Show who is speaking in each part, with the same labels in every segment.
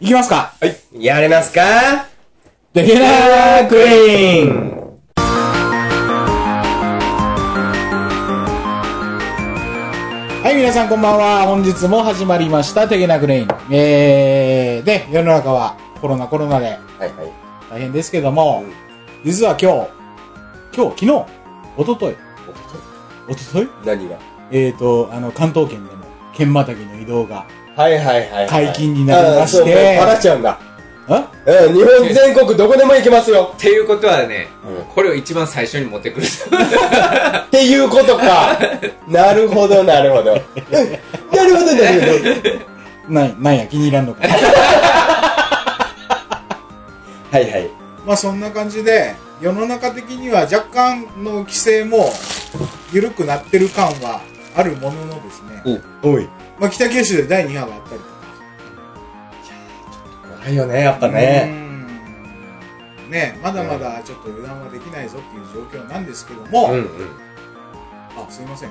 Speaker 1: いきますか
Speaker 2: はい。やれますか
Speaker 1: デヒラークイーン
Speaker 2: ン
Speaker 1: はい、皆さんこんばんは。本日も始まりました、テゲナクレイン。えー、で、世の中はコロナコロナで
Speaker 2: はいはい。
Speaker 1: 大変ですけども
Speaker 2: うん、
Speaker 1: 実は今日、今日、昨日、おととい、おととい
Speaker 2: 何が
Speaker 1: えーと、あの、関東圏でも、県またぎの移動が、
Speaker 2: はいはいはい。
Speaker 1: 解禁になりまして
Speaker 2: あーそうもうパラちゃうんだ。
Speaker 1: あ
Speaker 2: うん、日本全国どこでも行けますよ。
Speaker 3: っていうことはね、
Speaker 2: うん
Speaker 3: これを一番最初に持ってくる。
Speaker 2: っていうこと か。なるほど、なる ほど。うんなるほど、なるほど。
Speaker 1: なん、なんや、気に入らんのかな。
Speaker 2: はいはい。
Speaker 1: まあそんな感じで、世の中的には若干の規制も緩くなってる感はあるもののですね、
Speaker 2: おい。
Speaker 1: まあ北九州で第2波があったりとか、
Speaker 2: 怖いよね、やっぱ
Speaker 1: う
Speaker 2: ね。
Speaker 1: んねまだまだちょっと油断はできないぞっていう状況なんですけども、
Speaker 2: うんうん。
Speaker 1: あすいません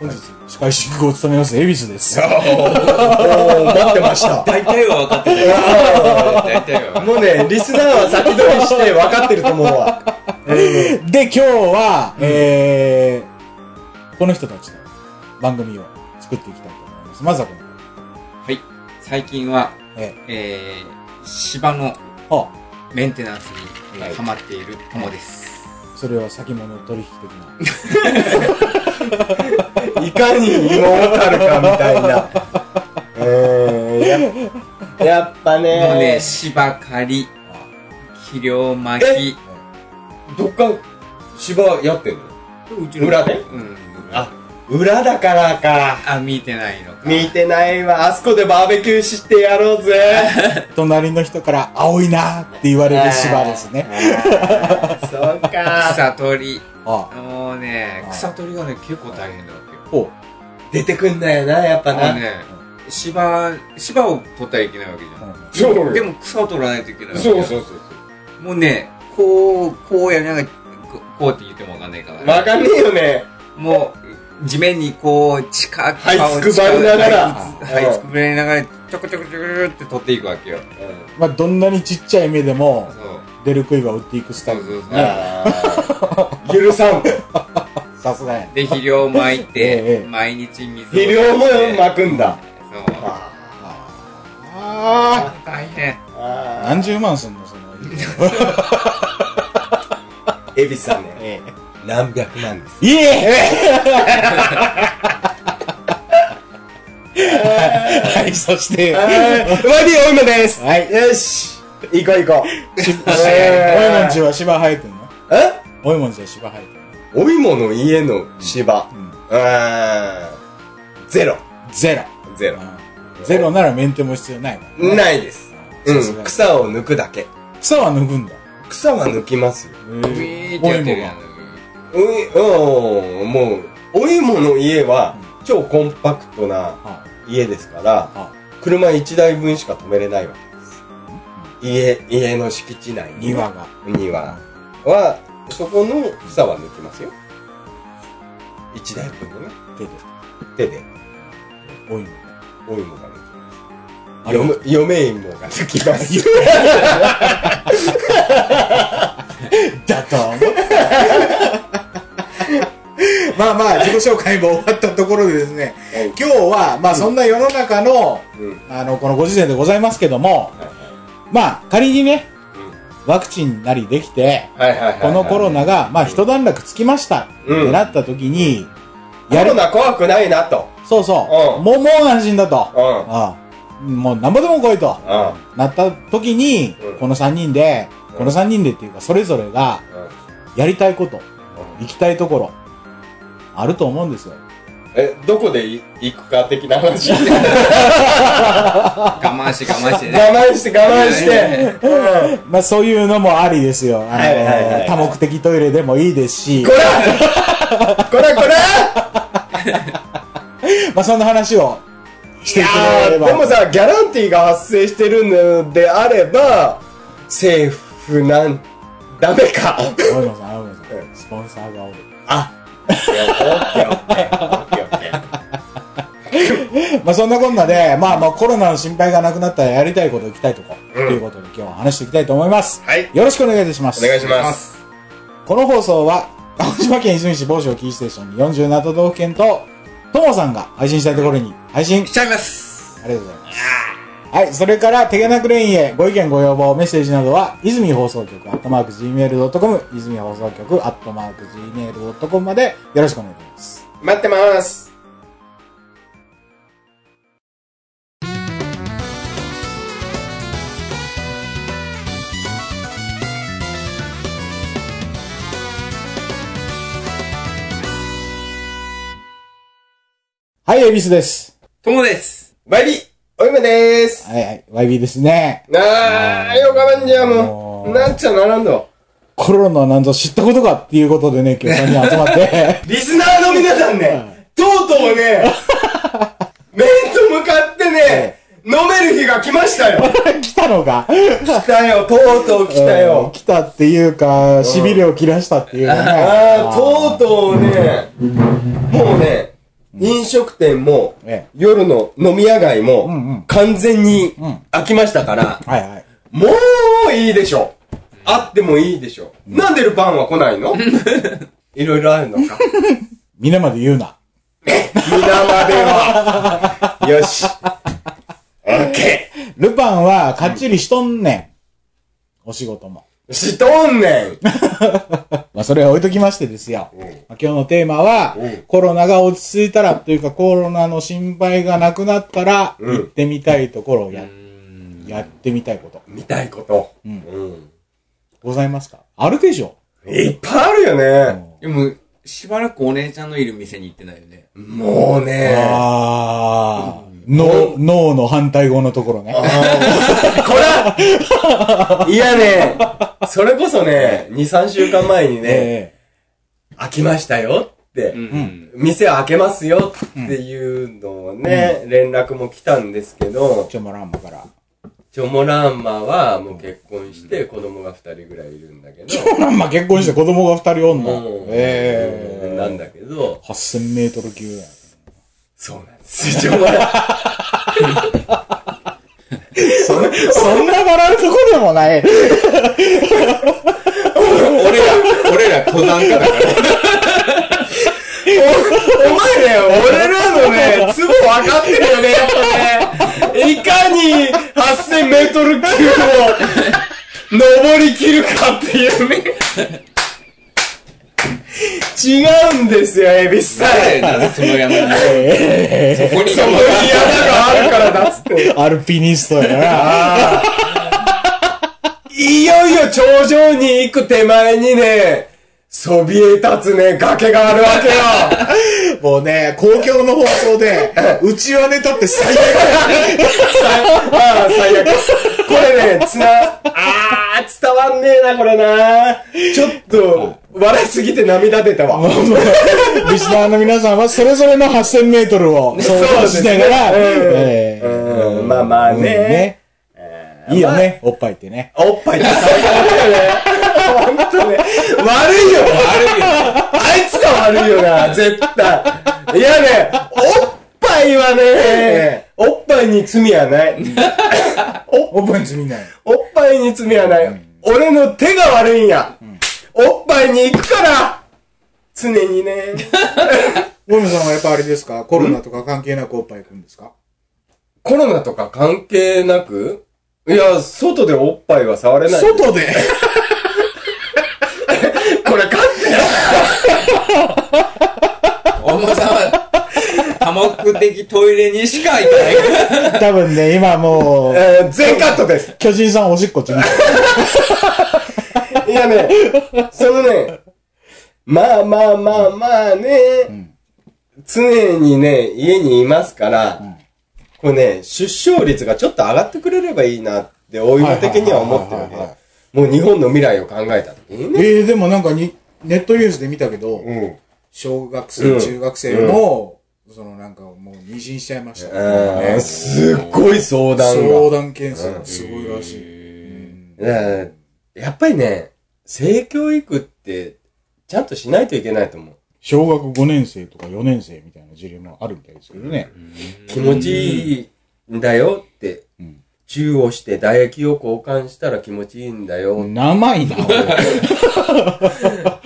Speaker 1: 本日司会進行を務めます恵比寿 です
Speaker 2: おー待ってました。
Speaker 3: 大体は分かってる。大体は。
Speaker 2: もうね、リスナーは先取りして分かってると思うわ。
Speaker 1: で今日は、えー、この人たちの番組を作っていきたいと思いますまずはこの
Speaker 3: はい。最近は、
Speaker 1: え
Speaker 3: えー、芝の
Speaker 1: あ
Speaker 3: メンテナンスに、えー
Speaker 2: はい
Speaker 3: ハマっている友です。
Speaker 1: それは先物取引的ない
Speaker 2: かに芋をたるかみたいな。うーん、やっやっぱね
Speaker 3: もうね、芝刈り、肥料巻き、
Speaker 2: どっか芝やってんの
Speaker 3: うち
Speaker 2: 裏で
Speaker 3: うん。
Speaker 2: あ、裏だからか。
Speaker 3: あ、見てないのか。
Speaker 2: 見てないわ。あそこでバーベキューしてやろうぜ。
Speaker 1: 隣の人から「青いな」って言われる芝ですね
Speaker 2: あー。そうか。
Speaker 3: 草取り。
Speaker 1: あ
Speaker 3: もうね
Speaker 1: あ、
Speaker 3: 草取りがね、結構大変だわけよ。
Speaker 1: お
Speaker 2: 出てくんだよな、やっぱ
Speaker 3: あの
Speaker 2: な。
Speaker 3: ね、芝、芝を取ったらいけないわけじゃん。
Speaker 2: そうよ
Speaker 3: でも草を取らないといけないわけ
Speaker 2: そう
Speaker 3: よ
Speaker 2: そうそう。
Speaker 3: もうね、こう、こうやりながら、ここうって言ってもわかんないから、
Speaker 2: わかんねえよね。
Speaker 3: もう、地面にこう、近く、
Speaker 2: はい
Speaker 3: 顔を
Speaker 2: つくばりながら
Speaker 3: は
Speaker 2: う
Speaker 3: いつ
Speaker 2: ん
Speaker 3: はい、つくばりながら、ちょこちょこちょこちょこって取っていくわけよ。
Speaker 1: まあどんなにちっちゃい目で
Speaker 3: そ
Speaker 1: も
Speaker 3: う。
Speaker 1: 出る杭は打っていくスタ
Speaker 3: そ
Speaker 1: イ
Speaker 3: う
Speaker 1: ル
Speaker 3: そうそう。
Speaker 2: あー許さん。
Speaker 1: さすがやね
Speaker 3: で、肥料をまい
Speaker 1: え
Speaker 3: て
Speaker 1: え、
Speaker 3: 毎日水を。
Speaker 2: 肥料も巻くんだ。
Speaker 3: そう。
Speaker 1: あ
Speaker 3: 大変。
Speaker 1: あ
Speaker 2: あ
Speaker 1: 何十万すんのその
Speaker 2: ー恵比寿さんね、何百万です。
Speaker 1: いえはいそして
Speaker 2: ワディオイムです。はい。よし。行こう行こ
Speaker 1: おいもん
Speaker 2: う。
Speaker 1: ちは芝生えてんの
Speaker 2: え
Speaker 1: おいもんちは芝生えてんの
Speaker 2: おいもの家の芝。
Speaker 1: うん
Speaker 2: うーん。ゼロ。
Speaker 1: ゼロ
Speaker 2: ゼロ。
Speaker 1: うんゼロならメンテも必要ないからね
Speaker 2: ないです。
Speaker 1: さす
Speaker 2: う
Speaker 1: が
Speaker 2: ん。草を抜くだけ。
Speaker 1: 草は脱ぐんだ
Speaker 2: 草は抜きますよ。
Speaker 1: おいも
Speaker 3: ウィーってやってるやん。
Speaker 2: おい、うん、もう、おいもの家は、超コンパクトな
Speaker 1: は
Speaker 2: 家ですから、
Speaker 1: あ
Speaker 2: 車1台分しか止めれないわけです。家、家の敷地内に。
Speaker 1: 庭が
Speaker 2: 庭は、そこの草は抜きますよ。1台分のね、
Speaker 1: 出てる
Speaker 2: 手で、
Speaker 1: おいもん
Speaker 2: おいもが抜きます。
Speaker 1: あれ
Speaker 2: 嫁、嫁芋が好き ます。
Speaker 1: だとは思った。まあまあ、自己紹介も終わったところでですね、
Speaker 2: はい
Speaker 1: 今日は、まあそんな世の中の、
Speaker 2: うん。
Speaker 1: あの、このご時世でございますけども、まあ仮にね、ワクチンなりできて、
Speaker 2: はいはいはい。
Speaker 1: このコロナが、まあ一段落つきました
Speaker 2: うん
Speaker 1: ってなった時に、
Speaker 2: コ
Speaker 1: や
Speaker 2: ロ
Speaker 1: る、
Speaker 2: ナ怖くないなと。
Speaker 1: そうそうう、
Speaker 2: ん
Speaker 1: もうもう安心だと、
Speaker 2: うん。うん。
Speaker 1: ああもうなんぼでも来いと
Speaker 2: うん。
Speaker 1: なった時に
Speaker 2: うん、
Speaker 1: この3人で、
Speaker 2: うん
Speaker 1: この3人でっていうか、それぞれがやりたいこと、行きたいところ、あると思うんですよ。
Speaker 2: え、どこでい行くか的な 話。我
Speaker 3: 我慢して我慢してね。
Speaker 2: 慢して我 慢して。うん。
Speaker 1: まあそういうのもありですよ。あの
Speaker 2: はいはいはいはい
Speaker 1: 多目的トイレでもいいですし
Speaker 2: こ、らこらこら
Speaker 1: まあそんな話をしていただけ
Speaker 2: いや
Speaker 1: れ
Speaker 2: ー
Speaker 1: ば。
Speaker 2: でもさ、ギャランティーが発生してるのであれば、政府なん、ダメか。
Speaker 1: 青山さん、青山さん、スポンサーがおる。
Speaker 2: あオッケーオッケーオッケーオッケー
Speaker 1: まあそんなこんなで、まあまあコロナの心配がなくなったらやりたいこと行きたいとこ、
Speaker 2: うん
Speaker 1: ということで今日は話していきたいと思います。
Speaker 2: はい。
Speaker 1: よろしくお願いいたします。
Speaker 2: お願いします。
Speaker 1: この放送は、鹿児島県出水市某所をキーステーションに47都道府県と、ともさんが配信したいところに配信
Speaker 3: しちゃいます
Speaker 1: ありがとうございます。はい、それから、テゲナクレインへご意見ご要望、メッセージなどは、泉放送局、アットマーク Gmail.com、泉放送局、アットマーク Gmail.com までよろしくお願いします。
Speaker 2: 待ってます。
Speaker 1: はい、エビスです。
Speaker 3: ともです
Speaker 2: バイビー、おゆめでーす。
Speaker 1: はいはい、YB ですね。
Speaker 2: あー、よかなんじゃ、も
Speaker 1: も
Speaker 2: う。
Speaker 1: う
Speaker 2: なんちゃならんど。
Speaker 1: コロナなんぞ知ったことかっていうことでね、今日3人集まって。
Speaker 2: リスナーの皆さんね、とうとうね、面と向かってね、飲める日が来ましたよ。
Speaker 1: 来たのか。
Speaker 2: 来たよ、とうとう来た
Speaker 1: うん
Speaker 2: よ。
Speaker 1: 来たっていうか、痺れを切らしたっていうかね。
Speaker 2: あ
Speaker 1: あ
Speaker 2: ー、とうとうね、もうね、飲食店も
Speaker 1: ええ、
Speaker 2: 夜の飲み屋街
Speaker 1: んうん
Speaker 2: も、完全に
Speaker 1: ん
Speaker 2: 飽きましたから、
Speaker 1: はいはい。
Speaker 2: もういいでしょ。あってもいいでしょ。なんでルパンは来ない のいろいろあるのか。
Speaker 1: 皆まで言うな。
Speaker 2: 皆までは。よし。オッケ
Speaker 1: ルパンは、かっちりしとんねん。お仕事も。
Speaker 2: ー。しとんねん。
Speaker 1: まあ、それは置いときましてですよ。
Speaker 2: ん
Speaker 1: まあ今日のテーマは
Speaker 2: うん、
Speaker 1: コロナが落ち着いたら、というかコロナの心配がなくなったら、
Speaker 2: うん
Speaker 1: 行ってみたいところをや
Speaker 3: う、ん
Speaker 1: やってみたいこと。
Speaker 2: 見たいこと。
Speaker 1: う
Speaker 2: うんん。
Speaker 1: ございますかあるでしょ
Speaker 2: いっぱいあるよね。
Speaker 3: でもしばらくお姉ちゃんのいる店に行ってないよね
Speaker 2: もうね。
Speaker 1: ああ、脳、脳の反対語のところね。
Speaker 2: こらいやね、それこそね、2、3週間前にね、
Speaker 1: え
Speaker 2: 飽きましたよって、
Speaker 3: うん
Speaker 2: 店を開けますよっていうのをね、連絡も来たんですけ
Speaker 1: え
Speaker 2: ど、
Speaker 1: ちょもらんまから。
Speaker 2: チョモランマはもう結婚して子供が2人ぐらいいるんだけど、
Speaker 1: ほら、まあ、結婚して子供が二人おん
Speaker 2: う
Speaker 1: の
Speaker 2: ん。
Speaker 1: ええ
Speaker 2: なんだけど、
Speaker 1: 8000メートル級や。
Speaker 2: そうなんです。一応ま あ
Speaker 1: そんな笑うとこでもない。
Speaker 3: 俺ら俺ら登山家だから
Speaker 2: おお前ね、俺らのね、ツボ分かってるよね、やっぱね。いかに8000メートル級を登り切るかっていうね。違うんですよ、エビスさん。
Speaker 3: なんでその山にそこに
Speaker 2: そこに山があるからだっつって。
Speaker 1: アルピニストやな。
Speaker 2: いよいよ頂上に行く手前にね、そびえ立つね、崖があるわけよ。
Speaker 1: もうね、公共の放送 で、うちはネタって最悪。
Speaker 2: ああ、最悪。これね、つな、ああ、伝わんねえな、これな。ちょっと、笑いすぎて涙出たわ。
Speaker 1: リスナーの皆さんはそれぞれの8000メートルを想像しながら、
Speaker 2: そうですねうん
Speaker 1: ええ
Speaker 2: うんまあまあね
Speaker 1: うんいいよね、おっぱいってね。
Speaker 2: おっぱいって最悪だよね。ほんとね。悪いよ、悪いよ。あいつが悪いよな、絶対。いやね、おっぱいはね、おっぱいに罪はない。
Speaker 1: おっぱいに積みない。
Speaker 2: おっぱいに罪はない。俺の手が悪いんや。おっぱいに行くから、常に ね。
Speaker 1: ゴムさんはやっぱあれですかコロナとか関係なくおっぱい行くんですか
Speaker 2: コロナとか関係なくいや、外でおっぱいは触れない。
Speaker 1: 外で
Speaker 2: これカットや
Speaker 3: お馬さんは多目的トイレにしか行かないか ら
Speaker 1: 多分ね、今もう、
Speaker 2: えー全カットです。
Speaker 1: 巨人さんおしっこちん
Speaker 2: いやね、そのね、まあまあまあまあね、
Speaker 1: ん
Speaker 2: 常にね、家にいますから、これね、出生率がちょっと上がってくれればいいなって、お色的には思ってる
Speaker 1: はいはいはいはいは
Speaker 2: ね。もう日本の未来を考えた時にね。
Speaker 1: ええでもなんかに、ネットニュースで見たけど、
Speaker 2: うん。
Speaker 1: 小学生、
Speaker 2: うん
Speaker 1: 中学生の、そのなんかもう妊娠しちゃいましたとかね、
Speaker 2: うんすっごい相談が。
Speaker 1: 相談件数がすごいらしい。
Speaker 2: うんやっぱりね、性教育って、ちゃんとしないといけないと思う。
Speaker 1: 小学5年生とか4年生みたいな事例もあるみたいですけどね。
Speaker 2: 気持ちいいんだよって
Speaker 1: うん。
Speaker 2: チューをして唾液を交換したら気持ちいいんだよ
Speaker 1: 生いな、俺
Speaker 2: っ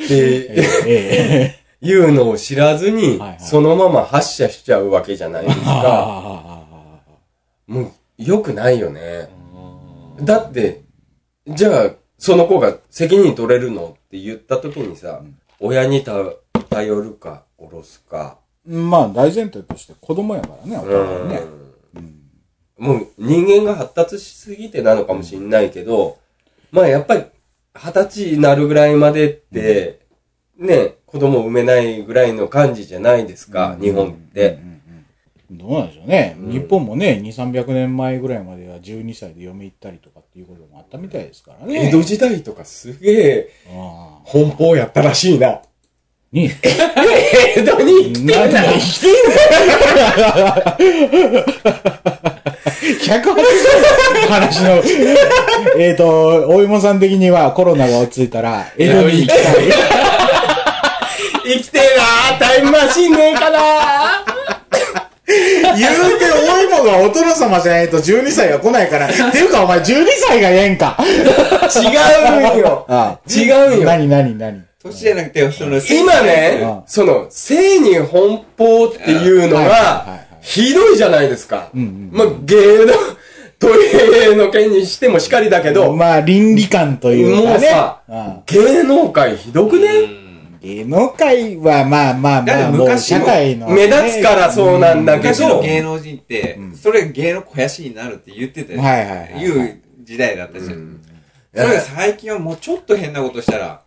Speaker 2: て
Speaker 1: ええ。
Speaker 2: いうのを知らずに
Speaker 1: はいはい、
Speaker 2: そのまま発射しちゃうわけじゃないです か。
Speaker 1: ああ。
Speaker 2: もう、良くないよね。だって、じゃあ、その子が責任取れるのって言った時にさ、親にた頼るか、おろすか。
Speaker 1: まあ、大前提として子供やからね、お
Speaker 2: う
Speaker 1: 互いね。
Speaker 2: ん。もう人間が発達しすぎてなのかもしんないけど、まあやっぱり二十歳になるぐらいまでって、ね、子供産めないぐらいの感じじゃないですか、日本って。
Speaker 1: どうなんでしょうね。
Speaker 2: うん
Speaker 1: 日本もね、2、300年前ぐらいまでは12歳で嫁行ったりとかっていうこともあったみたいですからね。
Speaker 2: 江戸時代とかすげえ
Speaker 1: ああ
Speaker 2: 奔放やったらしいな。
Speaker 1: に、
Speaker 2: 江戸に来て
Speaker 1: なん
Speaker 2: た
Speaker 1: だ、生きてんの ?180 話の、えっと、お芋さん的にはコロナが落ち着いたら、江戸に行きた い。
Speaker 2: 生きてえなタイムマシンねえかな
Speaker 1: 言うて、お芋がお殿様じゃないと12歳は来ないから。っていうか、お前12歳がええんか。
Speaker 2: 違うんよ。
Speaker 1: あ
Speaker 2: 違うんよ。
Speaker 1: 何何何
Speaker 3: 年じゃなくて、その、
Speaker 2: 今
Speaker 1: うん
Speaker 2: ね、その、性に奔放っていうの
Speaker 1: はいはいはいは
Speaker 2: が
Speaker 1: い、
Speaker 2: ひどいじゃないですか。
Speaker 1: ん
Speaker 2: まあ、芸の、 トイレの件にしてもしかりだけど、
Speaker 1: まあ、倫理観という
Speaker 2: も
Speaker 1: か
Speaker 2: う
Speaker 1: ね。
Speaker 2: さ
Speaker 1: うん、
Speaker 2: 芸能界ひどくね
Speaker 1: 芸能界はまあまあま
Speaker 3: だ
Speaker 1: あ、
Speaker 3: って
Speaker 1: もう
Speaker 3: 昔
Speaker 1: 社
Speaker 3: の
Speaker 1: 会のね、
Speaker 2: 目立つからそうなんだけ
Speaker 3: 昔の
Speaker 2: ど、
Speaker 3: 芸能人って
Speaker 1: ん、
Speaker 3: それ芸の肥やしになるって言ってたよ
Speaker 1: はいはいはい
Speaker 3: いう時代だったじゃ
Speaker 2: うん
Speaker 3: ん。それが最近はもうちょっと変なことしたら、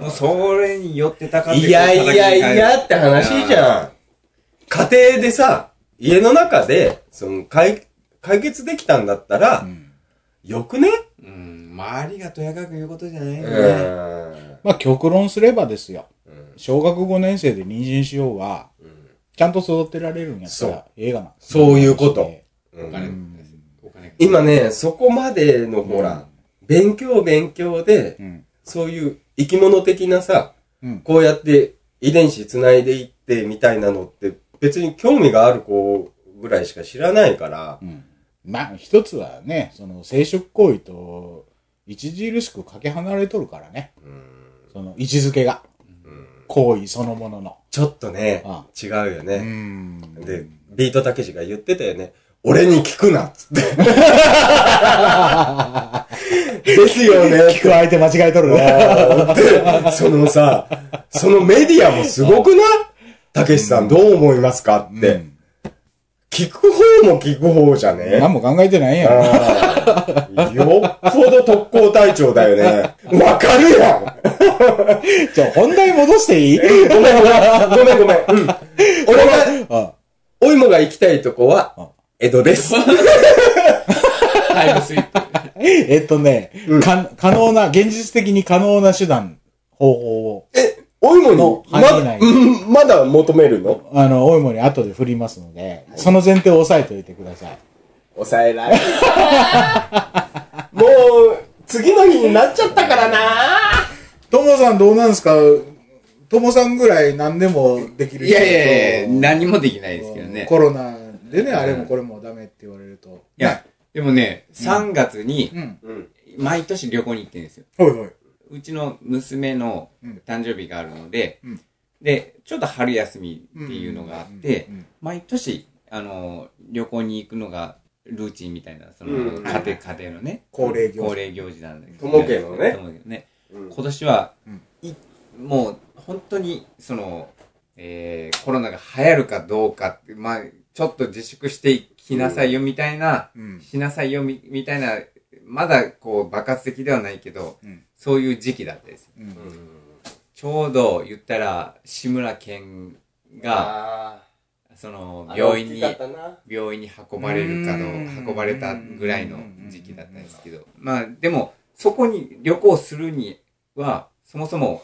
Speaker 3: もうそれに寄ってたかって
Speaker 2: いやいやいやって話じ
Speaker 3: ん。
Speaker 2: ゃん。家庭でさ、家の中で、その、解、解決できたんだったら、よくね
Speaker 3: うん、周りがとやかく言うことじゃないよ
Speaker 2: う
Speaker 3: ね。
Speaker 2: ん。
Speaker 1: まあ、極論すればですよ。
Speaker 2: うん
Speaker 1: 小学5年生で妊娠しようは、ちゃんと育てられるんやった
Speaker 2: そう
Speaker 1: ら、映画な。
Speaker 2: そういうこと。う
Speaker 3: お
Speaker 2: ん
Speaker 3: 金、お金。
Speaker 2: 今ね、そこまでのほら、勉強勉強で、
Speaker 1: うん。
Speaker 2: そういう生き物的なさ、
Speaker 1: うん
Speaker 2: こうやって遺伝子繋いでいってみたいなのって、別に興味がある子ぐらいしか知らないから
Speaker 1: う、ん。まあ、一つはね、その、生殖行為と、著しくかけ離れとるからね。その、位置づけが。行為そのものの。
Speaker 2: ちょっとね
Speaker 1: あ、
Speaker 2: 違うよね。
Speaker 1: ん
Speaker 2: で、ビートたけしが言ってたよね。俺に聞くなっつ って。ですよね。
Speaker 1: 聞く相手間違えとるね。
Speaker 2: で、そのさ、そのメディアもすごくないたけしさんどう思いますかって。
Speaker 1: うん
Speaker 2: 聞く方も聞く方じゃね
Speaker 1: 何も考えてないんやろ。
Speaker 2: あーよっぽど特攻隊長だよね。わかるやん
Speaker 1: ちょ、本題戻していい
Speaker 2: ごめんごめん。ごめんごめん。うん、俺が、
Speaker 1: あ
Speaker 2: おいもが行きたいとこ
Speaker 1: うん
Speaker 2: は、江戸です。
Speaker 3: タイムスイップ。
Speaker 1: えっとね、か可能な、現実的に可能な手段、方法を、
Speaker 2: え、おいも
Speaker 1: も
Speaker 2: に、
Speaker 1: う
Speaker 2: ま
Speaker 1: 入れない、
Speaker 2: うんまだ求めるの
Speaker 1: あの、おいもに後で振りますので、その前提を押さえておいてください。
Speaker 2: 抑えない。もう、次の日になっちゃったからな
Speaker 1: ともさんどうなんですかともさんぐらい何でもできる
Speaker 3: いやいやいや、何もできないですけどね。
Speaker 1: コロナでね、あれもこれもダメって言われると。
Speaker 3: いや、でもね、3月に、
Speaker 1: うん。
Speaker 2: うん。
Speaker 3: 毎年旅行に行ってるんですよ。
Speaker 1: ほいほい。
Speaker 3: うちの娘の誕生日があるので、
Speaker 1: うん
Speaker 3: で、ちょっと春休みっていうのがあって
Speaker 1: うんうんうんうん、
Speaker 3: 毎年、あの、旅行に行くのがルーチンみたいな、その、
Speaker 2: うん
Speaker 3: 家庭、家庭のね、
Speaker 1: 恒例行事
Speaker 3: 恒例行事なんだけど、
Speaker 2: 友家のね
Speaker 3: 友家のね
Speaker 2: うん
Speaker 3: 今年は、
Speaker 1: うん
Speaker 3: いもう、本当に、その、えー、コロナが流行るかどうかって、まあ、ちょっと自粛していきなさいよみたいな、
Speaker 1: うん。
Speaker 3: しなさいよみみたいな、まだこう爆発的ではないけど、
Speaker 1: うん
Speaker 3: そういう時期だったんですよ。
Speaker 1: うん
Speaker 3: ちょうど言ったら、志村けんが、
Speaker 2: あ
Speaker 3: その
Speaker 2: ー
Speaker 3: 病院に、
Speaker 2: あの大きかったな
Speaker 3: 病院に運ばれるかどう
Speaker 1: うん
Speaker 3: 運ばれたぐらいの時期だったんですけど、まあでも、そこに旅行するには、そもそも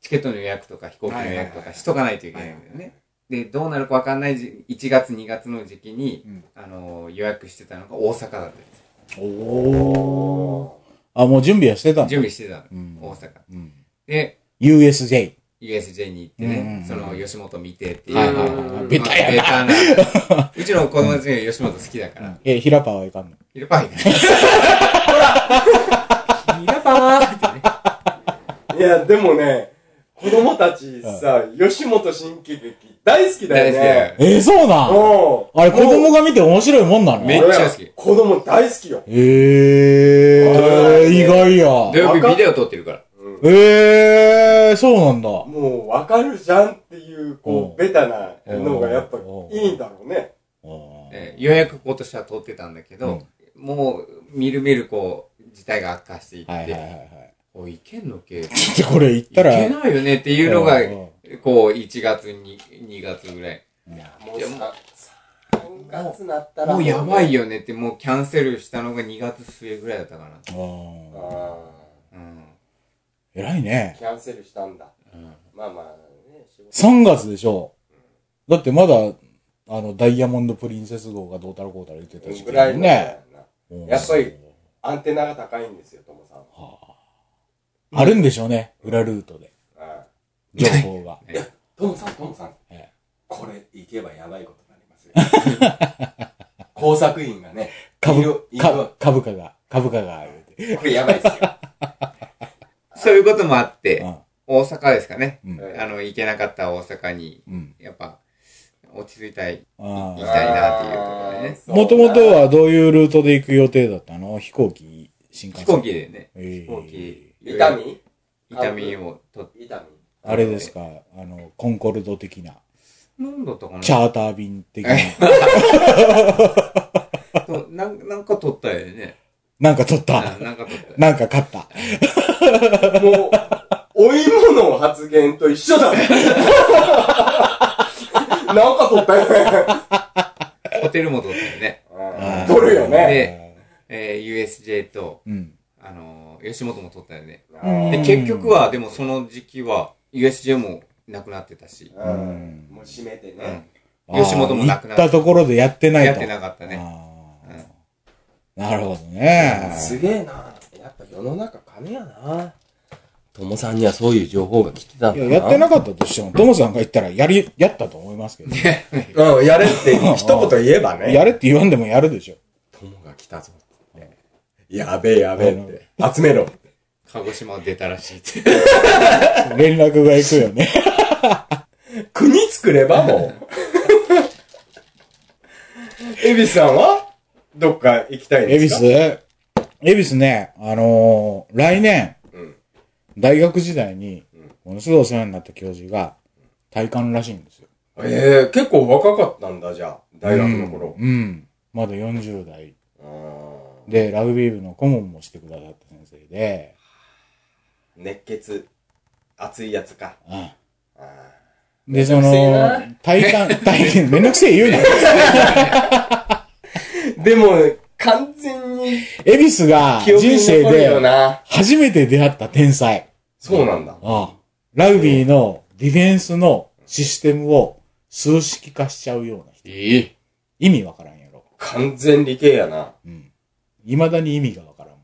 Speaker 3: チケットの予約とか飛行機の予約とかしとかないといけないんだよね。で、どうなるかわかんないじ1月2月の時期に、
Speaker 1: うん
Speaker 3: あの予約してたのが大阪だったんですよ
Speaker 1: おー。あ、もう準備はしてたんだ
Speaker 3: 準備してたの、
Speaker 1: うん
Speaker 3: 大阪。
Speaker 1: うん。
Speaker 3: で、
Speaker 1: USJ。
Speaker 3: USJ に行って
Speaker 1: うんうんう
Speaker 3: ね
Speaker 1: ん、
Speaker 3: その吉本見てっていう。
Speaker 1: はいはいはい
Speaker 3: うん
Speaker 1: ベタや
Speaker 3: まあベタな。うちの子供たちが吉本好きだから。
Speaker 1: え、ヒラパーはいかんの
Speaker 3: ヒラパーほ らヒラパーって
Speaker 2: い
Speaker 3: ね。
Speaker 2: や、でもね、子供たちさ、吉本新喜劇大好きだよ
Speaker 3: 大好
Speaker 2: ね。
Speaker 3: き
Speaker 1: えー、そうなん
Speaker 2: うん。
Speaker 1: あれ、子供
Speaker 2: もう
Speaker 1: が見て面白いもんなの
Speaker 3: めっちゃ好き
Speaker 2: 俺ら子供大好きよ。
Speaker 1: えー、意外
Speaker 3: 土
Speaker 1: や。
Speaker 3: 曜日ビデオ撮ってるから。
Speaker 2: うん
Speaker 1: えー、そうなんだ。
Speaker 2: もうわかるじゃんっていう、こ
Speaker 1: うん
Speaker 2: う、ベタなのがやっぱ
Speaker 1: うん
Speaker 2: いいんだろうね。
Speaker 3: えーようやく今年は撮ってたんだけど、もう、みるみるこう、事態が悪化していって、
Speaker 1: はいはいはいはい。
Speaker 3: おい、いけんのけい
Speaker 1: じゃあこれ言った
Speaker 3: け
Speaker 1: ら。
Speaker 3: ないよねっていうのが
Speaker 1: う、ん
Speaker 3: こう、1月に、2月ぐらい。
Speaker 2: もう
Speaker 3: いやもう
Speaker 2: さ、3月なったら。
Speaker 3: もうやばい
Speaker 2: よ。
Speaker 3: よねって、もうキャンセルしたのが2月末ぐらいだったかな。
Speaker 2: あ
Speaker 1: あー
Speaker 2: ー
Speaker 3: うん。
Speaker 1: 偉いね。
Speaker 2: キャンセルしたんだ。
Speaker 3: うん
Speaker 2: まあまあ、ね、仕事。
Speaker 1: 3月でしょ。だってまだ、あの、ダイヤモンドプリンセス号がどうたらこうたら言ってた時期
Speaker 2: ぐ
Speaker 1: だ
Speaker 2: ら
Speaker 1: も
Speaker 2: い
Speaker 1: ん
Speaker 2: の
Speaker 1: ね。うん
Speaker 2: やっぱり。アンテナが高いんですよ、ともさんは。
Speaker 1: あるんでしょうね。裏ルートで。
Speaker 2: ああ
Speaker 1: 情報 が。
Speaker 2: トムさん、トムさん
Speaker 1: ええ。
Speaker 2: これ、行けばやばいことになりますよ。工作員がね、い
Speaker 1: 株
Speaker 2: ろい、
Speaker 1: か
Speaker 2: ろ、
Speaker 1: 株価が、株価が、言うて
Speaker 2: これやばいですよ。
Speaker 3: そういうこともあって、
Speaker 1: うん
Speaker 3: 大阪ですかね。
Speaker 1: うん
Speaker 2: うん
Speaker 3: あの、行けなかった大阪に、
Speaker 1: うん。
Speaker 3: やっぱ、落ち着いたい。
Speaker 1: あ
Speaker 3: 行き
Speaker 1: ー
Speaker 3: たいなっていうところでね
Speaker 1: もともとはどういうルートで行く予定だったの飛行機新幹
Speaker 3: 飛
Speaker 1: 線
Speaker 3: 行機でね、
Speaker 1: えー
Speaker 3: 飛行機。
Speaker 2: 痛み
Speaker 3: 痛みを取っ
Speaker 2: 痛
Speaker 1: あれですか、あの、コンコルド的な、
Speaker 3: 何だったかな
Speaker 1: チャーター便的 な、
Speaker 3: となんなんか取ったよね。
Speaker 1: なんか取った
Speaker 3: な。なんか取った。
Speaker 1: なんか買った。
Speaker 2: みもう、お芋の発言と一緒だね。なんか取ったよね。
Speaker 3: ホテルも取ったよね。
Speaker 1: あー
Speaker 2: 取るよね。
Speaker 3: ねえー USJ と、
Speaker 1: うん。
Speaker 3: あのー吉本も取ったよね。
Speaker 1: うん
Speaker 3: で、結局は、でもその時期は、USJ もなくなってたし、
Speaker 2: う
Speaker 1: うん
Speaker 2: んもう閉めてね。
Speaker 3: 吉本もなくなった
Speaker 1: あー行ったところでやってないと。
Speaker 3: やってなかったね。
Speaker 1: あーなるほどね。
Speaker 2: すげえな。やっぱ世の中金やな。ともさんにはそういう情報が来てたん
Speaker 1: い
Speaker 2: だ
Speaker 1: や、
Speaker 2: な。
Speaker 1: やってなかったとしても、トモさんが言ったら、やり、やったと思いますけど。
Speaker 2: うん、やれって一言言えばね。
Speaker 1: やれって言わんでもやるでしょ。
Speaker 2: 友が来たぞって。やべえやべえって。集めろ。
Speaker 3: 鹿児島を出たらしいって。
Speaker 1: 連絡が行くよね。
Speaker 2: 国作ればも う。エビさんはどっか行きたいん
Speaker 1: 恵
Speaker 2: で
Speaker 1: 比
Speaker 2: すか
Speaker 1: 寿恵比寿ね、あのー来年、
Speaker 2: うん
Speaker 1: 大学時代に
Speaker 2: うん、
Speaker 1: ものすごいお世話になった教授が、体感らしいんですよ。
Speaker 2: ええ結構若かったんだ、じゃあ。大学の頃。
Speaker 1: うん。うんまだ40代。
Speaker 2: あー
Speaker 1: で、ラグビー部の顧問もしてくださった先生で、
Speaker 2: 熱血、熱いやつか。
Speaker 1: うん
Speaker 2: あ
Speaker 1: で、その
Speaker 2: めんどくせえ、
Speaker 1: 体感、体験、めんどくせえ言う な。
Speaker 2: ーでも、完全に
Speaker 1: 恵比寿が
Speaker 2: 記憶に
Speaker 1: 人生
Speaker 2: 残るよ
Speaker 1: で
Speaker 2: な。
Speaker 1: 初めて出会った天才。
Speaker 2: そうなんだ。
Speaker 1: ああラグビーのディフェンスのシステムを数式化しちゃうような人。
Speaker 3: いい。
Speaker 1: 意味わからんやろ。
Speaker 2: 完全理系やな。
Speaker 1: うん。未だに意味がわからん。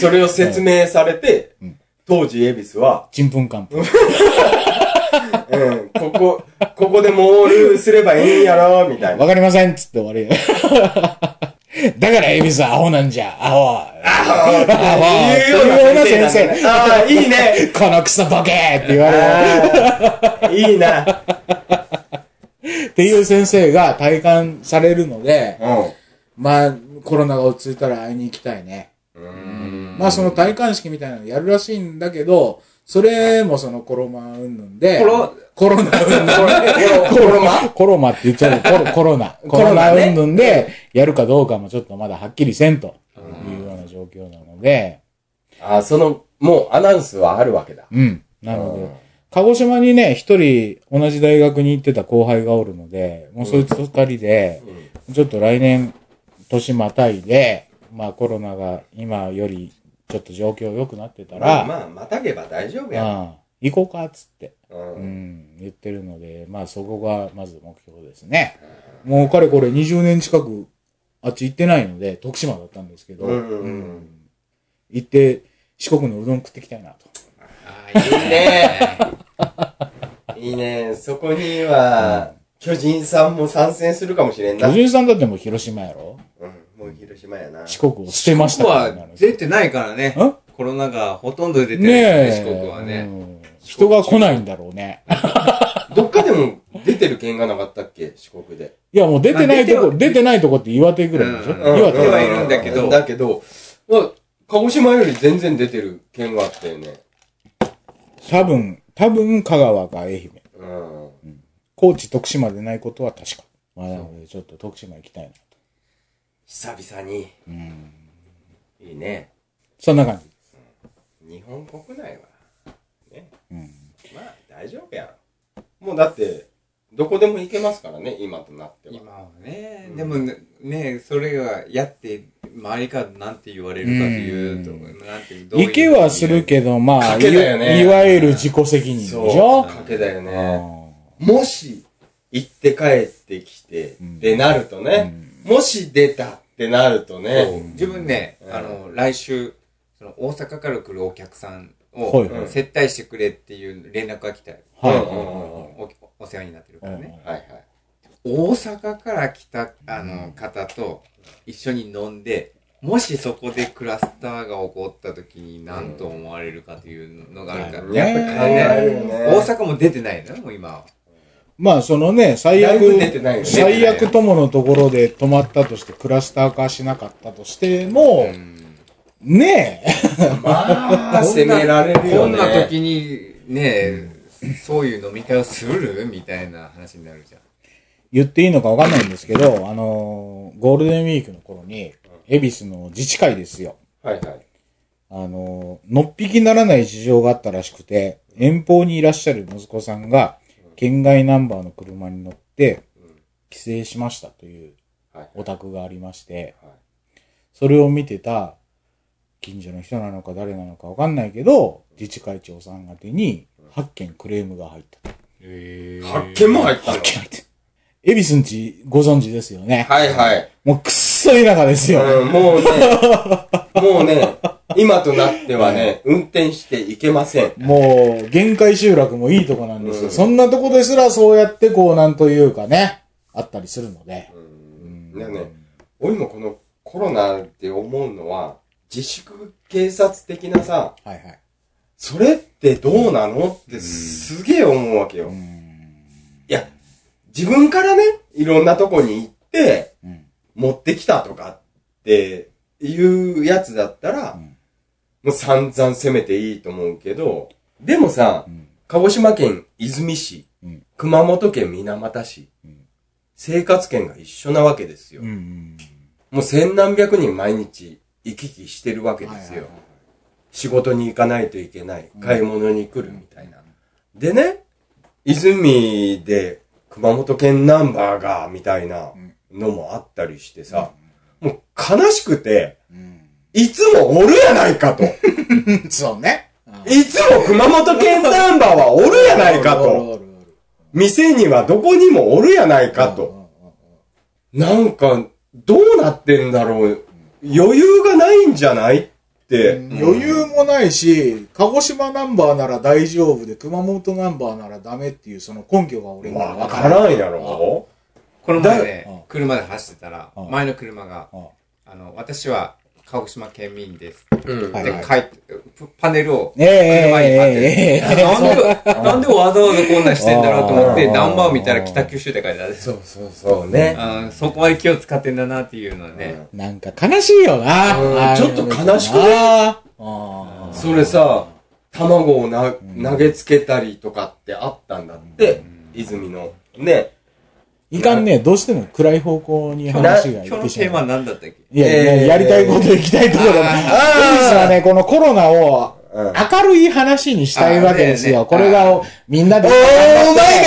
Speaker 2: それを説明されて
Speaker 1: うん、
Speaker 2: 当時エビスは、
Speaker 1: ちんぷんかんぷん。
Speaker 2: うん、ここ、ここでもうルールすればいいんやろ、みたいな。
Speaker 1: わかりませんっつって終わりや。 だから恵比寿アホなんじゃ、アホは。
Speaker 2: ああ言うような先生なんだね。ああ、いいね。
Speaker 1: このクソボケーって言われる。
Speaker 2: ああ、いいな。
Speaker 1: っていう先生が体感されるので、
Speaker 2: う
Speaker 1: まあ、コロナが落ち着いたら会いに行きたいね。
Speaker 2: ん。
Speaker 1: まあ、その体感式みたいなのやるらしいんだけど、それもそのコロマうんぬんで、
Speaker 3: コロ
Speaker 1: コロナうんぬんで、コロマコロマって言っちゃう コロコロナ。コ
Speaker 2: ロ
Speaker 1: ロ
Speaker 2: ナ
Speaker 1: ナ
Speaker 2: ね
Speaker 1: うんぬんで、やるかどうかもちょっとまだはっきりせんというような状況なので、
Speaker 2: ああ、その、もうアナウンスはあるわけだ。
Speaker 1: うん。なので、鹿児島にね、一人同じ大学に行ってた後輩がおるので、もうそいつと二人で、ちょっと来年、年またいで、まあコロナが今よりちょっと状況良くなってたら、
Speaker 2: まあ、またげば大丈夫や。
Speaker 1: ああ行こうかっつって、
Speaker 2: う。
Speaker 1: うんん、言ってるので、まあそこがまず目標ですね。もうかれこれ20年近くあっち行ってないので、徳島だったんですけど、
Speaker 2: うんうんうん
Speaker 1: 行って四国のうどん食ってきたいなと。
Speaker 3: ああ、いいね。
Speaker 2: いいね。そこには、巨人さんも参戦するかもしれんな。
Speaker 1: 巨
Speaker 2: うん。
Speaker 1: 人さんだってもう広島やろ
Speaker 2: もう広島やな。
Speaker 1: 四国を捨てました
Speaker 3: 四
Speaker 1: から
Speaker 3: 国は出てないからね
Speaker 1: ん。
Speaker 3: コロナがほとんど出て
Speaker 1: ね
Speaker 3: ないです
Speaker 1: え。
Speaker 3: ね、四国はね。
Speaker 1: うん人が来ないんだろうね。
Speaker 2: どっかでも出てる県がなかったっけ四国で。
Speaker 1: いや、もう出てないと
Speaker 3: まあ出て
Speaker 1: こ、
Speaker 3: は
Speaker 1: 出てないとこって岩手ぐらいでしょ
Speaker 3: うん
Speaker 1: 岩
Speaker 3: 出て
Speaker 1: 手。
Speaker 3: はいるんだけど
Speaker 2: うだけど、まあ鹿児島より全然出てる県があったよね。
Speaker 1: 多分、多分香川か愛媛。
Speaker 2: うん。
Speaker 1: 高知、徳島でないことは確か。まあ、なので、ちょっと徳島行きたいなと。
Speaker 2: 久々に。
Speaker 1: うん。
Speaker 2: いいね。
Speaker 1: そんな感じ。
Speaker 2: 日本国内は、ね。
Speaker 1: うん。
Speaker 2: まあ、大丈夫やん。もうだって、どこでも行けますからね、今となっては。
Speaker 3: 今はね
Speaker 2: う、ん
Speaker 3: でもね、それがやって、周りからなんて言われるかというと、なんてどういう
Speaker 1: 行けはするけど、まあ、
Speaker 2: 賭けだよね
Speaker 1: いいわゆる自己責任でし
Speaker 2: そう、
Speaker 1: ょ
Speaker 2: 賭けだよ
Speaker 1: う
Speaker 2: ね。
Speaker 1: ん
Speaker 2: もし、行って帰ってきて、
Speaker 1: うん
Speaker 2: ってなるとね、もし出たってなると
Speaker 3: そう
Speaker 2: ね、
Speaker 3: 自分ね、
Speaker 2: うん
Speaker 3: あの、来週、その大阪から来るお客さん
Speaker 1: はい
Speaker 3: を
Speaker 1: はい
Speaker 3: 接待してくれっていう連絡が来たよ。
Speaker 1: は
Speaker 2: うんうんうんうん
Speaker 3: おお世話になってるからね。
Speaker 1: い。
Speaker 2: はいはい。
Speaker 3: 大阪から来た、あの、方と一緒に飲んで、もしそこでクラスターが起こった時に何と思われるかというのがあるから。
Speaker 1: ね
Speaker 2: やっぱり考えるよね。
Speaker 3: 大阪も出てないのよ、もう今は。
Speaker 1: まあ、そのね、最
Speaker 2: だい
Speaker 1: 悪
Speaker 2: ぶ出てないよ、ね
Speaker 1: 最悪とものところで止まったとして、クラスター化しなかったとしても、ねえ、
Speaker 2: まあ、攻められるよ
Speaker 3: こん
Speaker 2: ね。
Speaker 3: な時にね、そういう飲み会をするみたいな話になるじゃん。
Speaker 1: 言っていいのかわかんないんですけど、あのー、ゴールデンウィークの頃に、恵比寿の自治会ですよ。
Speaker 2: はいはい。
Speaker 1: あの、のっぴきならない事情があったらしくて、遠方にいらっしゃる息子さんが、県外ナンバーの車に乗って
Speaker 2: うん、
Speaker 1: 帰省しましたという
Speaker 2: はい
Speaker 1: お宅がありまして、
Speaker 2: はい
Speaker 1: それを見てた、近所の人なのか誰なのかわかんないけど、自治会長さん宛てに8件クレームが入った。
Speaker 2: 発見も入ったの
Speaker 1: 8件入った。恵比寿んちご存知ですよね。
Speaker 2: はいはい。
Speaker 1: もうくっそ田舎ですよ。
Speaker 2: うん、もうね、 もうね、今となってはね、運転していけません。
Speaker 1: もう、限界集落もいいとこなんですよ。
Speaker 2: うん
Speaker 1: そんなとこですらそうやってこう、なんというかね、あったりするので。
Speaker 2: うんだからね、俺もこのコロナって思うのは、自粛警察的なさ、
Speaker 1: はいはい。
Speaker 2: それってどうなのってすげえ思うわけよ。いや、自分からね、いろんなとこに行って、
Speaker 1: うん。
Speaker 2: 持ってきたとかっていうやつだったら、
Speaker 1: うん
Speaker 2: もう散々攻めていいと思うけど、でもさ、
Speaker 1: うん。
Speaker 2: 鹿児島県出水市、
Speaker 1: うん
Speaker 2: 熊本県水俣市、
Speaker 1: うん
Speaker 2: 生活圏が一緒なわけですよ。
Speaker 1: うん。
Speaker 2: もう千何百人毎日行き来してるわけ
Speaker 1: は
Speaker 2: で
Speaker 1: い
Speaker 2: す
Speaker 1: はい
Speaker 2: よ。
Speaker 1: はい
Speaker 2: 仕事に行かないといけない。買い物に来るみたいな。でね、泉で熊本県ナンバーが、みたいなのもあったりしてさ、もう悲しくて、
Speaker 1: うん。
Speaker 2: いつもおるやないかと。
Speaker 1: そうね。
Speaker 2: いつも熊本県ナンバーはおるやないかと。
Speaker 1: おるおるおるおる
Speaker 2: 店にはどこにもおるやないかと。なんか、どうなってんだろう。余裕がないんじゃないって。
Speaker 1: 余裕もないし、鹿児島ナンバーなら大丈夫で、熊本ナンバーならダメっていう、その根拠が俺に
Speaker 2: ま
Speaker 1: は
Speaker 2: あ、
Speaker 1: わ
Speaker 2: わ
Speaker 1: か
Speaker 2: から
Speaker 1: ん。
Speaker 2: らんやろ。
Speaker 3: この前
Speaker 1: だよ
Speaker 3: ね、車で走ってたら
Speaker 1: う、ん
Speaker 3: 前の車が、
Speaker 1: あ
Speaker 3: あの、私は鹿児島県民です。
Speaker 2: うん
Speaker 1: はい
Speaker 3: で、帰って、パネルを
Speaker 1: ええ
Speaker 3: 車に貼っ
Speaker 1: ええ
Speaker 3: て
Speaker 1: ええ
Speaker 3: て、なんで、なんでわざわざこんなんしてんだろうと思って、
Speaker 1: あー
Speaker 3: ナンバーを見たら北九州って書いてある。
Speaker 2: そうそうそうね。
Speaker 3: あーそこまで気を使ってんだなっていうのはね。
Speaker 1: なんか悲しいよな。
Speaker 2: うん
Speaker 1: ああ
Speaker 2: ちょっと悲しくね
Speaker 1: いうのなああ
Speaker 2: それさ、卵をな、投げつけたりとかってあったんだって、泉の。ね。
Speaker 1: いかんね、どうしても暗い方向に話が
Speaker 3: 今日
Speaker 1: 行っ
Speaker 3: の
Speaker 1: てし
Speaker 3: テー
Speaker 1: ま
Speaker 3: マ
Speaker 1: う。
Speaker 3: 何だったっけ
Speaker 1: いやいや、
Speaker 2: えー
Speaker 1: やりたいこと行きたいところだ。
Speaker 2: あー
Speaker 1: エリスはね、このコロナを
Speaker 2: うん
Speaker 1: 明るい話にしたいわけですよ。
Speaker 3: あー
Speaker 1: こ
Speaker 3: だよ
Speaker 1: れ
Speaker 3: ね
Speaker 1: がみんなで。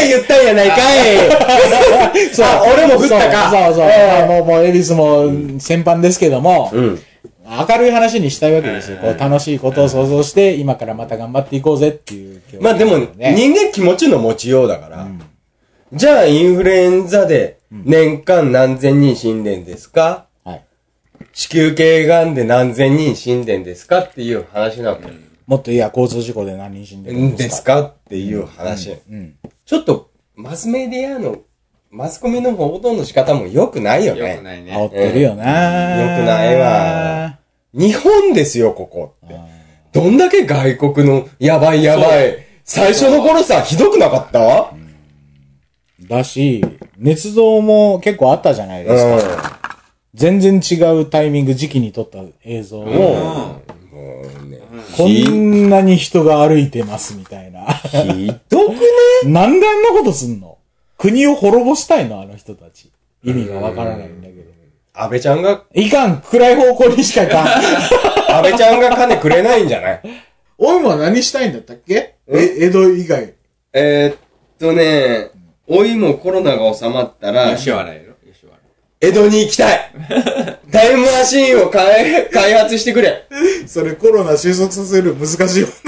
Speaker 2: 言ったんやないかい。
Speaker 1: そう
Speaker 2: あ俺も振ったか
Speaker 1: そうそうそう。
Speaker 2: えー
Speaker 1: もう、もう、エリスも先般ですけども、
Speaker 2: うん。
Speaker 1: 明るい話にしたいわけですよ。こう楽しいことを想像して、今からまた頑張っていこうぜっていう。
Speaker 2: まあでも、
Speaker 1: ね。
Speaker 2: 人間気持ちの持ちようだから。じゃあ、インフルエンザで、年間何千人死んでんですか
Speaker 1: はい。
Speaker 2: 子宮頸がんで何千人死んでんですかっていう話なの。
Speaker 1: もっといや、交通事故で何人死んでる
Speaker 2: ん
Speaker 1: ん
Speaker 2: で
Speaker 1: ですすか
Speaker 2: かっていう話。
Speaker 1: うん。
Speaker 2: ちょっと、マスメディアの、マスコミの報道の仕方も良くないよ
Speaker 3: よく
Speaker 2: ね。
Speaker 3: ない
Speaker 1: 煽っ
Speaker 3: ね。
Speaker 1: てるよな、
Speaker 2: うん良くないわ日本ですよ、ここって。どんだけ外国の、やばいやばい。最初の頃さ、ひどくなかった
Speaker 1: だし、捏造も結構あったじゃないですか。
Speaker 2: う
Speaker 1: 全然違うタイミング、時期に撮った映像
Speaker 2: ん。
Speaker 1: を、
Speaker 2: もう、もうね。
Speaker 1: こ
Speaker 2: ひ、
Speaker 1: んなに人が歩いてますみたいな。
Speaker 2: ひどくね
Speaker 1: なんであんなことすんの国を滅ぼしたいのあの人たち。意味がわからないんだけど。
Speaker 2: 安倍ちゃんが、
Speaker 1: いかん暗い方向にしかい かん
Speaker 2: 安倍ちゃんが金くれないんじゃない
Speaker 4: オウムは何したいんだったっけえ、江戸以外。
Speaker 2: えー、っとね、老いもコロナが収まったら、
Speaker 3: 吉原やろ吉原。
Speaker 2: 江戸に行きたいタイムマシーンを開開発してくれ
Speaker 4: それコロナ収束させる難しいよ。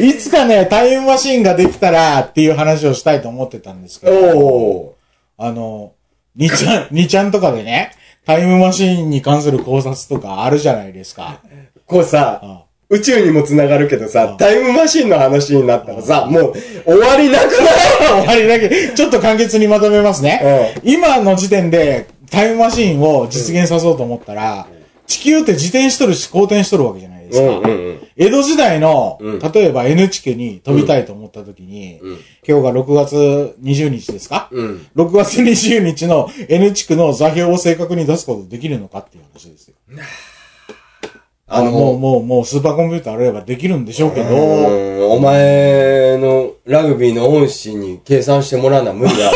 Speaker 1: いつかね、タイムマシンができたらっていう話をしたいと思ってたんですけど、
Speaker 2: おー。
Speaker 1: あの、2ちゃん、2ちゃんとかでね、タイムマシンに関する考察とかあるじゃないですか。
Speaker 2: こうさ、
Speaker 1: あ
Speaker 2: 宇宙にも繋がるけどさ、タイムマシーンの話になったらさ、もう終わりなく
Speaker 1: あ終わりだけ、ちょっと簡潔にまとめますね。
Speaker 2: ない
Speaker 1: 今の時点でタイムマシンを実現さそうと思ったら、地球って自転しとるし、公転しとるわけじゃないですか。
Speaker 2: うん
Speaker 1: 江戸時代の、
Speaker 2: うん
Speaker 1: 例えば NHK に飛びたいと思った時に、
Speaker 2: うん
Speaker 1: 今日が6月20日ですか、
Speaker 2: うん。
Speaker 1: 6月20日の NHK の座標を正確に出すことできるのかっていう話ですよ。
Speaker 2: あの、
Speaker 1: もう、もう、もうスーパーコンピューターあればできるんでしょうけ
Speaker 2: う
Speaker 1: ど、
Speaker 2: ーんお前のラグビーの恩師に計算してもらうのは無理だ。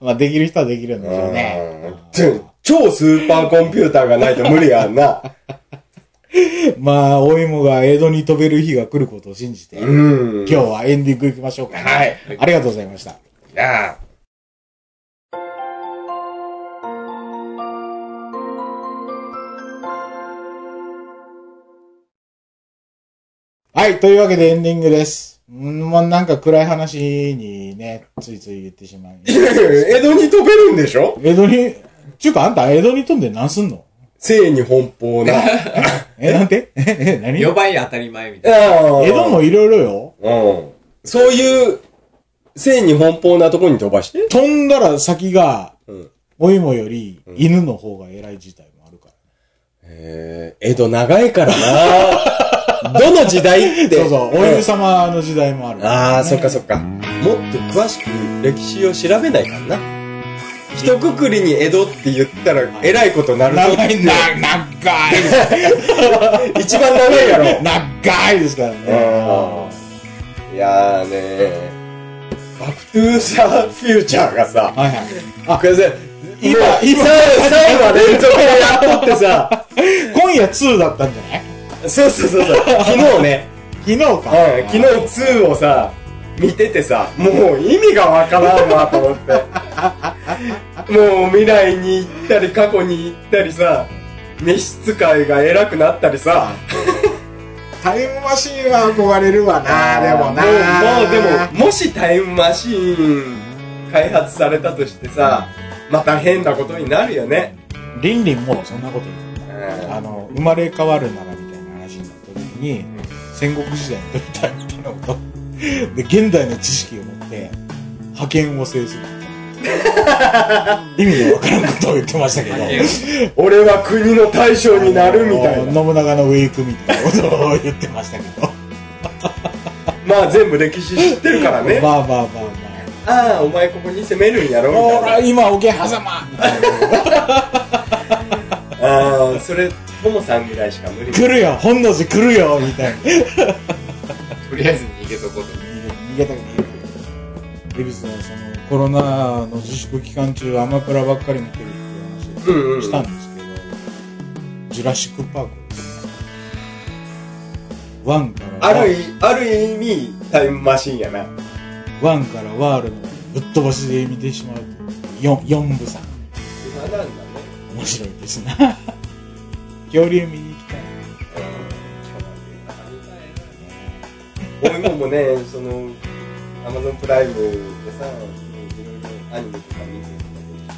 Speaker 1: まあできる人はできるんでしょうね。
Speaker 2: うん超スーパーコンピューターがないと無理やんな。
Speaker 1: まあ、お芋が江戸に飛べる日が来ることを信じて、
Speaker 2: う
Speaker 1: 今
Speaker 2: ん。
Speaker 1: 日はエンディング行きましょうか。
Speaker 2: はい。
Speaker 1: ありがとうございました。
Speaker 2: なあ。
Speaker 1: はい、というわけでエンディングです。うんもうなんか暗い話にね、ついつい言ってしま い。
Speaker 2: いやいや江戸に飛べるんでしょ
Speaker 1: 江戸に、ちゅうかあんた江戸に飛んで何すんの
Speaker 2: 性に奔放な。
Speaker 1: え、なんてえ、え、何
Speaker 3: 4
Speaker 1: 江
Speaker 3: 倍当たり前みたいな。
Speaker 1: 戸
Speaker 2: 江
Speaker 1: もいろいろよ。
Speaker 2: うん。そういう、性に奔放なとこに飛ばして。
Speaker 1: 飛んだら先が、
Speaker 2: うん。
Speaker 1: お芋より犬の方が偉い事態もあるから。
Speaker 2: えー、江戸長いから などの時代って。
Speaker 1: そうそう、お
Speaker 2: ん
Speaker 1: 犬様の時代もある。
Speaker 2: ああ、そっかそっか。もっと詳しく歴史を調べないからな。一括りに江戸って言ったら、えらいこと なるぞ
Speaker 1: 長
Speaker 2: って
Speaker 1: い、な、長いです。
Speaker 2: 一番長 いやろ。
Speaker 1: 長いですからね。
Speaker 2: いやーねー。バックトゥーザーフューチャーがさ、
Speaker 1: はいはい。
Speaker 2: これさ、
Speaker 1: 今
Speaker 2: もう
Speaker 1: 今
Speaker 2: さ3話連続でやっとってさ、
Speaker 1: 今夜2だったんじゃない
Speaker 2: そうそうそうそう、昨日ね、
Speaker 1: 昨日か。
Speaker 2: うん、昨日2をさ、見ててさ、もう意味がわからんわと 思って。もう未来に行ったり過去に行ったりさ、召使いが偉くなったりさ、
Speaker 4: タイムマシーンは憧れるわな、でもな。
Speaker 2: もうもうでももしタイムマシーン開発されたとしてさまた変なことになるよね
Speaker 1: リンリンもそんなこと言う。
Speaker 2: うん
Speaker 1: あの、生まれ変わるならみたいな話になった時に、戦国時代に取りたいみたいなこと。で、現代の知識を持って、派遣を制 する。意味でわからんことを言ってましたけど、
Speaker 2: 俺は国の大将になるみたいな
Speaker 1: 信長のウェイクみたいなことを言ってましたけど。
Speaker 2: まあ全部歴史知ってるからね
Speaker 1: まあまあまあま
Speaker 2: ああお前ここに攻めるんや
Speaker 1: あ。
Speaker 2: ろみ
Speaker 1: ほ
Speaker 2: た
Speaker 1: ら、
Speaker 2: い
Speaker 1: 今、桶狭間みたいな。
Speaker 2: なああそれともさんぐらいしか無理
Speaker 1: 来るよ本能寺来るよみたいな。
Speaker 3: とりあえず逃げとこうと。
Speaker 1: 逃げたくない恵比寿はそのコロナの自粛期間中アマプラばっかり見てるって
Speaker 2: う
Speaker 1: い
Speaker 2: ん
Speaker 1: う話
Speaker 2: う
Speaker 1: を
Speaker 2: ん
Speaker 1: したんですけど、ジュラシック・パークですねワンから
Speaker 2: あ
Speaker 1: ワ
Speaker 2: る意ある意味タイムマシーンやな
Speaker 1: ワンからワールドまでぶっ飛ばしで見てしまうと4四部作
Speaker 2: 暇なんだね
Speaker 1: 面白いですな 恐竜見に行きたい
Speaker 2: 俺ももね、その、アマゾンプライムでさ、いろいろアニメとか見てるんだ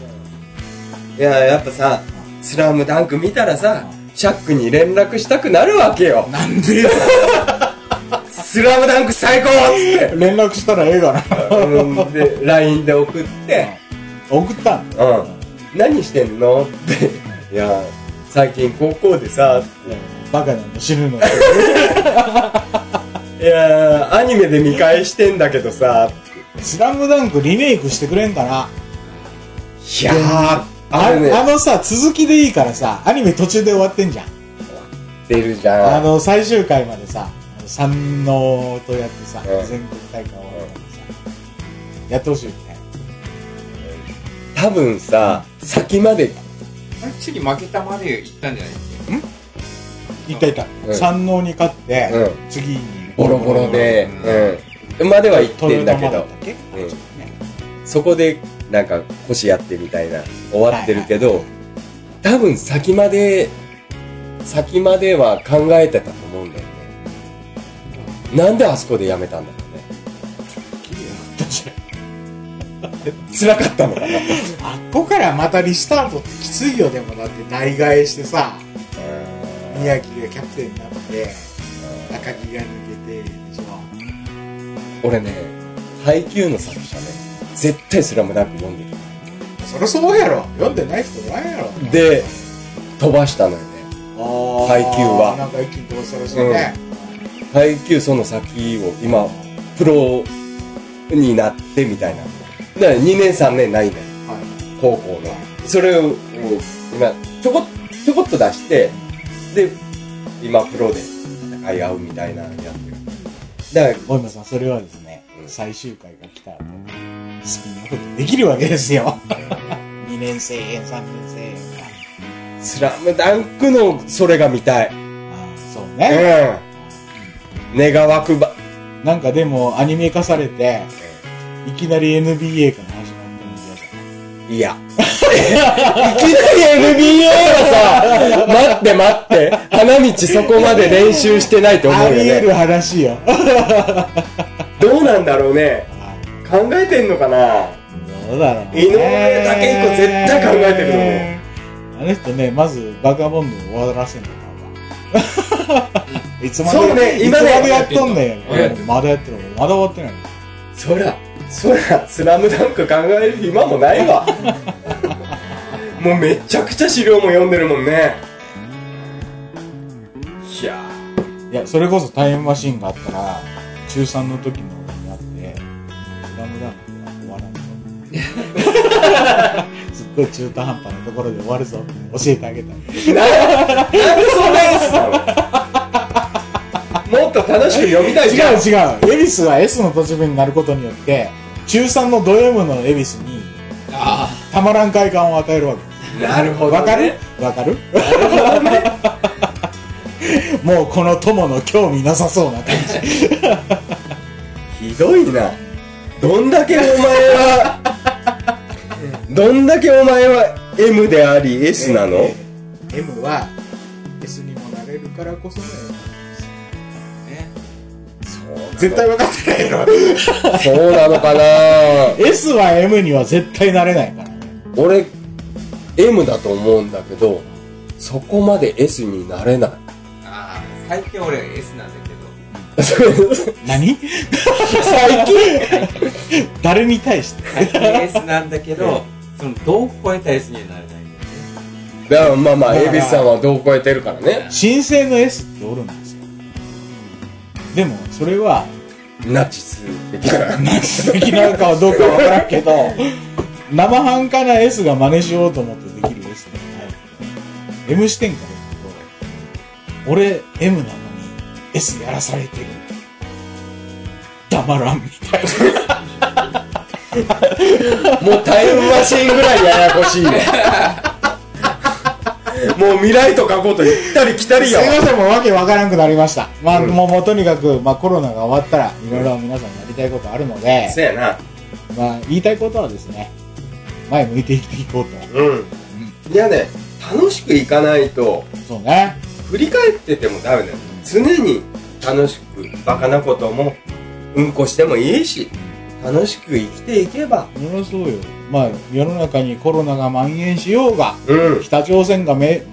Speaker 2: けどさ、いや、やっぱさ、スラムダンク見たらさ、チャックに連絡したくなるわけよ。
Speaker 1: なんでよ
Speaker 2: スラムダンク最高っつって。
Speaker 1: 連絡したらええがな。
Speaker 2: うん、で、LINE で送って、
Speaker 1: 送ったん
Speaker 2: うん。何してんのって。いや、最近高校でさ、
Speaker 1: バカなの死 ぬの。
Speaker 2: いやー、アニメで見返してんだけどさ、
Speaker 1: スラムダンクリメイクしてくれんかな。
Speaker 2: いやー、あ
Speaker 1: あ
Speaker 2: るね、
Speaker 1: あのさ、続きでいいからさ、アニメ途中で終わってんじゃん。
Speaker 2: 出るじゃ
Speaker 1: あ
Speaker 2: ん。
Speaker 1: の、最終回までさ、あの三能とやってさ、
Speaker 2: うん
Speaker 1: 全国大会終わったからさ、やってほしいよね。
Speaker 2: 多分さ、先まで、
Speaker 3: あれ次負けたまで行ったんじゃないですか
Speaker 1: いったいた
Speaker 2: う。ん
Speaker 1: 三能に勝って、
Speaker 2: う
Speaker 1: 次に
Speaker 2: ボロボロで
Speaker 3: う、
Speaker 2: うん。までは行っ
Speaker 1: ト
Speaker 2: て
Speaker 1: ヨ
Speaker 2: んだ
Speaker 1: タ
Speaker 2: け
Speaker 1: マだっ
Speaker 2: ど、
Speaker 1: たっけ
Speaker 2: うん
Speaker 1: ね
Speaker 2: そこで、なんか、腰やってみたいな、終わってるけど、多分先まで、先までは考えてたと思うんだよね。なんであそこでやめたんだろうね。 辛かったのかな。
Speaker 1: あっこからまたリスタートってきついよでもだって内替えしてさ宮城がキャプテンになって赤木が抜けてでしょ
Speaker 2: 俺ね、配給の作者ね、絶対スラムダンク読んでる。
Speaker 1: そりゃそうやろ読んでない人おらんやろ
Speaker 2: で、飛ばしたのよね。配
Speaker 1: 配
Speaker 2: 給は
Speaker 1: なんか一気にどうしたらしいね、
Speaker 2: 配給その先を今、プロになってみたいな。だから2年3年ないんだよ。
Speaker 1: はい
Speaker 2: 高校の。それを、今、ちょこ、ちょこっと出して、で、今プロで戦い合うみたいなのやってる。だか
Speaker 1: 大山さんそれはですね、
Speaker 2: うん
Speaker 1: 最終回が来た後スピンオフできるわけです よ2年生編3年生編が
Speaker 2: ら、スラムダンクのそれが見たい。
Speaker 1: あそう
Speaker 2: う
Speaker 1: ね、
Speaker 2: ん。願わくば。
Speaker 1: なんかでもアニメ化されていきなり NBA から始まってるんじゃない
Speaker 2: いや。いきなり NBA はさ、待って待って、花道そこまで練習してないと思
Speaker 1: あ
Speaker 2: う
Speaker 1: り得
Speaker 2: よ
Speaker 1: る
Speaker 2: ね。
Speaker 1: 話よ。
Speaker 2: どうなんだろうね。考えてんのかな
Speaker 1: どうだろう、ね。
Speaker 2: 井上武彦絶対考えてると
Speaker 1: と思う。あの人ね、まずバカボンドを終わらせんだから。いつまで、
Speaker 2: そうね今ね
Speaker 1: いつまでやっとんねん
Speaker 3: やってんの
Speaker 1: まだやってるまだ終わってない。
Speaker 2: そら、そら、スラムダンク考える暇もないわ。もうめちゃくちゃ資料も読んでるもんね。いや
Speaker 1: いや、それこそタイムマシンがあったら、中3の時の俺にあって、スラムダンクは終わらんぞ。すっごい中途半端なところで終わるぞ。教えてあげたい。
Speaker 2: ー、な、なんでそんなやつなのもっと楽しく読みたいじゃん。
Speaker 1: 違う違う。恵比寿は S の立場になることによって、中3のド M の恵比寿に、
Speaker 3: あ
Speaker 1: たまらん快感を与えるわけです。
Speaker 2: なるほど、ね。
Speaker 1: わかるわかるもうこの友の興味なさそうな感じ。
Speaker 2: ひどいな。どんだけお前は、どんだけお前は M であり S なの、
Speaker 1: ?M は S にもなれるからこその M
Speaker 3: あね
Speaker 1: 絶対分かってないよ。
Speaker 2: そうなのかな
Speaker 1: S は M には絶対なれないからね。
Speaker 2: 俺、M だと思うんだけど、そこまで S になれない。
Speaker 3: あー最近俺 S なん だけど
Speaker 1: 何
Speaker 2: 最近
Speaker 1: 誰に対して
Speaker 3: 最近 S なんだけどそのどう超えた S にはなれないんだよね
Speaker 2: だからまあまあ、エビスさんはどう超えてるからね。
Speaker 1: 新生の S っておるんですよ。でも、それは、
Speaker 2: ナチス的な。
Speaker 1: 素敵なのかはどうかわからんけど、生半可な S が真似しようと思ってできる S ではない。M 視点から言うと、俺 M なのに S やらされてる。黙らんみたい
Speaker 2: もうタイムマシンぐらいややこしいね。もう未来と過去と行ったり来た
Speaker 1: な。
Speaker 2: り
Speaker 1: す
Speaker 2: よ。
Speaker 1: いません、もうわけわからなくなりました。まあ、もうもうとにかく、まあコロナが終わったら、いろいろ皆さんやりたいことあるので、
Speaker 2: そうやな。
Speaker 1: まあ言いたいことはですね、前向いて生きていこうと。
Speaker 2: うん。いやね、楽しくいかないと、
Speaker 1: そうね。
Speaker 2: 振り返っててもダメだよ。常に楽しく、バカなことも、うんこしてもいいし、楽しく生きていけば。
Speaker 1: そりゃそうよ。まあ世の中にコロナが蔓延しようが、
Speaker 2: うん。
Speaker 1: 北朝鮮がめ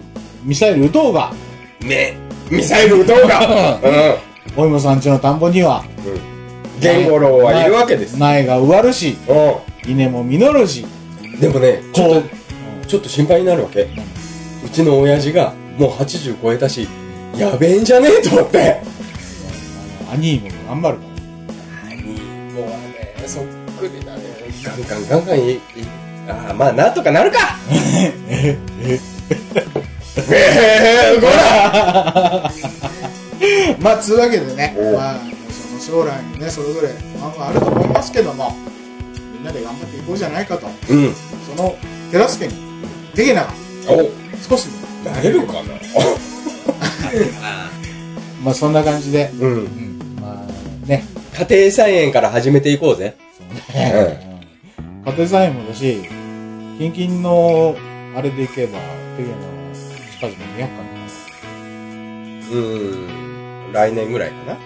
Speaker 1: ミサイル撃とうが、
Speaker 2: め、ミサイル撃と うが、う
Speaker 1: お芋さんちの田んぼには、
Speaker 2: ん。うん。ゲンゴロウはいるわけです。
Speaker 1: 苗が植わるし、
Speaker 2: う
Speaker 1: 稲も実るし、
Speaker 2: ん。でもね、ちょ
Speaker 1: こ
Speaker 2: っと、ちょっと心配になるわけ。うちの親父が、もう80超えたし、やべえんじゃねえと思って。
Speaker 1: う、兄芋も頑張るか
Speaker 2: もうね、そっくりだね。ガンガンガンガンい、いああ、まあ、なんとかなるかええ、こら
Speaker 4: まあ、つうわけでね
Speaker 2: おう、
Speaker 4: まあ、その将来にね、それぞれ不安はあると思いますけども、みんなで頑張っていこうじゃないかと、
Speaker 2: うん。
Speaker 4: その手助けに、できなが
Speaker 2: お、
Speaker 4: 少しでも
Speaker 2: なれる かな
Speaker 1: ら。まあそんな感じで、
Speaker 2: うん。
Speaker 1: まあね、
Speaker 2: 家庭菜園から始めていこうぜ。
Speaker 1: そうね。うん家庭菜園もだし、近々の、あれでいけば、っていうのは、近々200回かな。
Speaker 2: うーん。来年ぐらいかな。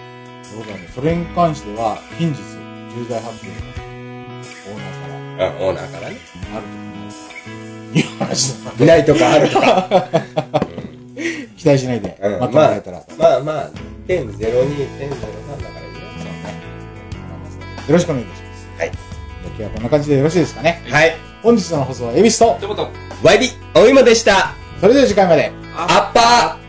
Speaker 1: そうだね。それに関しては、近日、重大発表が、オーナーから、
Speaker 2: あ、オーナーからね。
Speaker 1: あると思いいう話だな。
Speaker 2: ないとかあるとか。
Speaker 1: 期待しないで、
Speaker 2: うん
Speaker 1: 待ってもらえたら、
Speaker 2: まあまあ、点02、点03だからいいよ。
Speaker 1: よろしくお願いいたします。
Speaker 2: はい。
Speaker 1: 今日はこんな感じでよろしいですかね。
Speaker 2: はい。
Speaker 1: 本日の放送はエビスと、
Speaker 3: 手元、
Speaker 2: ワイビ、おいもでした。
Speaker 1: それでは次回まで。
Speaker 2: ア
Speaker 3: あ
Speaker 2: ッパー